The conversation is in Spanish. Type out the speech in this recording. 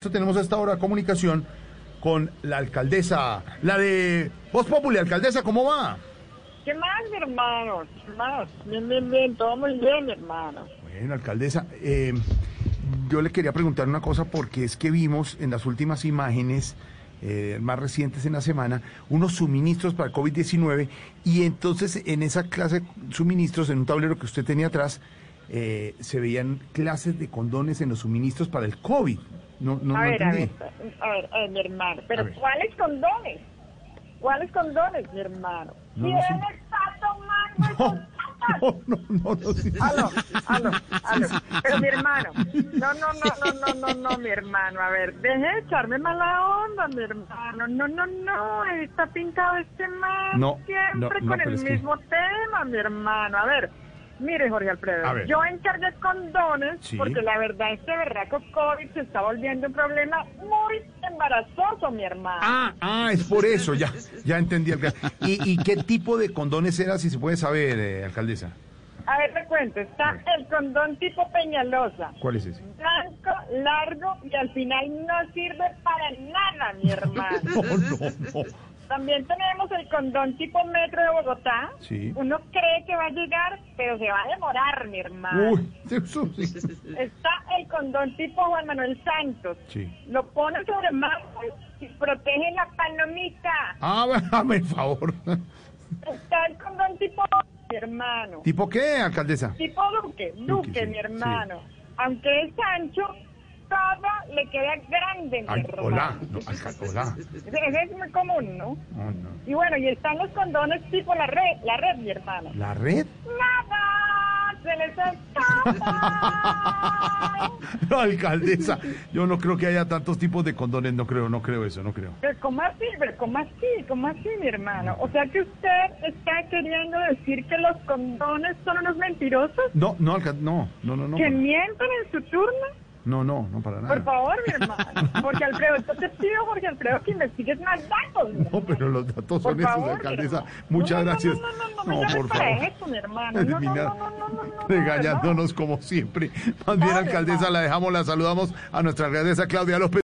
Tenemos a esta hora comunicación con la alcaldesa, la de Voz Populi, alcaldesa, ¿cómo va? ¿Qué más, mi hermano? ¿Qué más? Bien, bien, bien, todo muy bien, mi hermano. Bueno, alcaldesa, eh, yo le quería preguntar una cosa porque es que vimos en las últimas imágenes, eh, más recientes en la semana, unos suministros para COVID-19 y entonces en esa clase de suministros, en un tablero que usted tenía atrás, eh, se veían clases de condones en los suministros para el COVID. No, no, A no ver, a ver, entendí. a ver, a ver, mi hermano. A ¿Pero ver. cuáles condones? ¿Cuáles condones, mi hermano? No, ¿Quién no sé. está tomando esos zapatos? No, no, no, no, sí. Aló, aló, aló. Pero mi hermano, no, no, no, no, no, no, no, mi hermano, a ver, deje de echarme mala onda, mi hermano. No, no, no, ahí está pintado este man No, no, siempre no, con pero el es que- mismo tema, mi hermano. A ver, mire, Jorge A Alfredo, ver. yo encargué condones Sí. porque la verdad este berraco COVID se está volviendo un problema muy embarazoso, mi hermano. Ah, ah, es por eso, ya, ya entendí. alca- ¿Y, y qué tipo de condones era, si se puede saber, eh, alcaldesa? A ver, te cuento, está el condón tipo Peñalosa. ¿Cuál es ese? blanco, largo y al final no sirve para nada, mi hermano. No, no, no. También tenemos el condón tipo metro de Bogotá. Sí. Uno cree que va a llegar, pero se va a demorar, mi hermano. Uy, eso sí. Está el condón tipo Juan Manuel Santos. Sí. Lo pone sobre masa y protege la palomita. Ah, hágame el favor. Está el condón tipo, mi hermano. ¿Tipo qué, alcaldesa? Tipo Duque, Duque, Duque, sí, mi hermano. Aunque es ancho, todo le queda grande, mi Al- hermano. hola, no, alca- hola. Ese ese es muy común, ¿no? No, no. Y bueno, y están los condones tipo la red, la red, mi hermano. ¿La red? ¡Nada! ¡Se les escapa! No, alcaldesa, yo no creo que haya tantos tipos de condones, no creo, no creo eso, no creo. Pero ¿cómo así? ¿Pero cómo así? ¿Cómo así, mi hermano? O sea que usted está queriendo decir que los condones son unos mentirosos No, no, alca- no, no, no, Ah. no. que para- mienten en su turno. No, no, no para Por nada. favor, mi hermano. Jorge Alfredo, yo te pido, Jorge Alfredo, que investigues más datos. mi No, hermano. pero los datos Por son esos, favor, alcaldesa. pero- Muchas No, no, gracias. No, no, no, no, no, por favor. Eso, mi hermano. No, no, no, terminar no, no, no, no, no, regañándonos como siempre. Más bien, Claro, alcaldesa, hermano. la dejamos, la saludamos a nuestra alcaldesa Claudia López.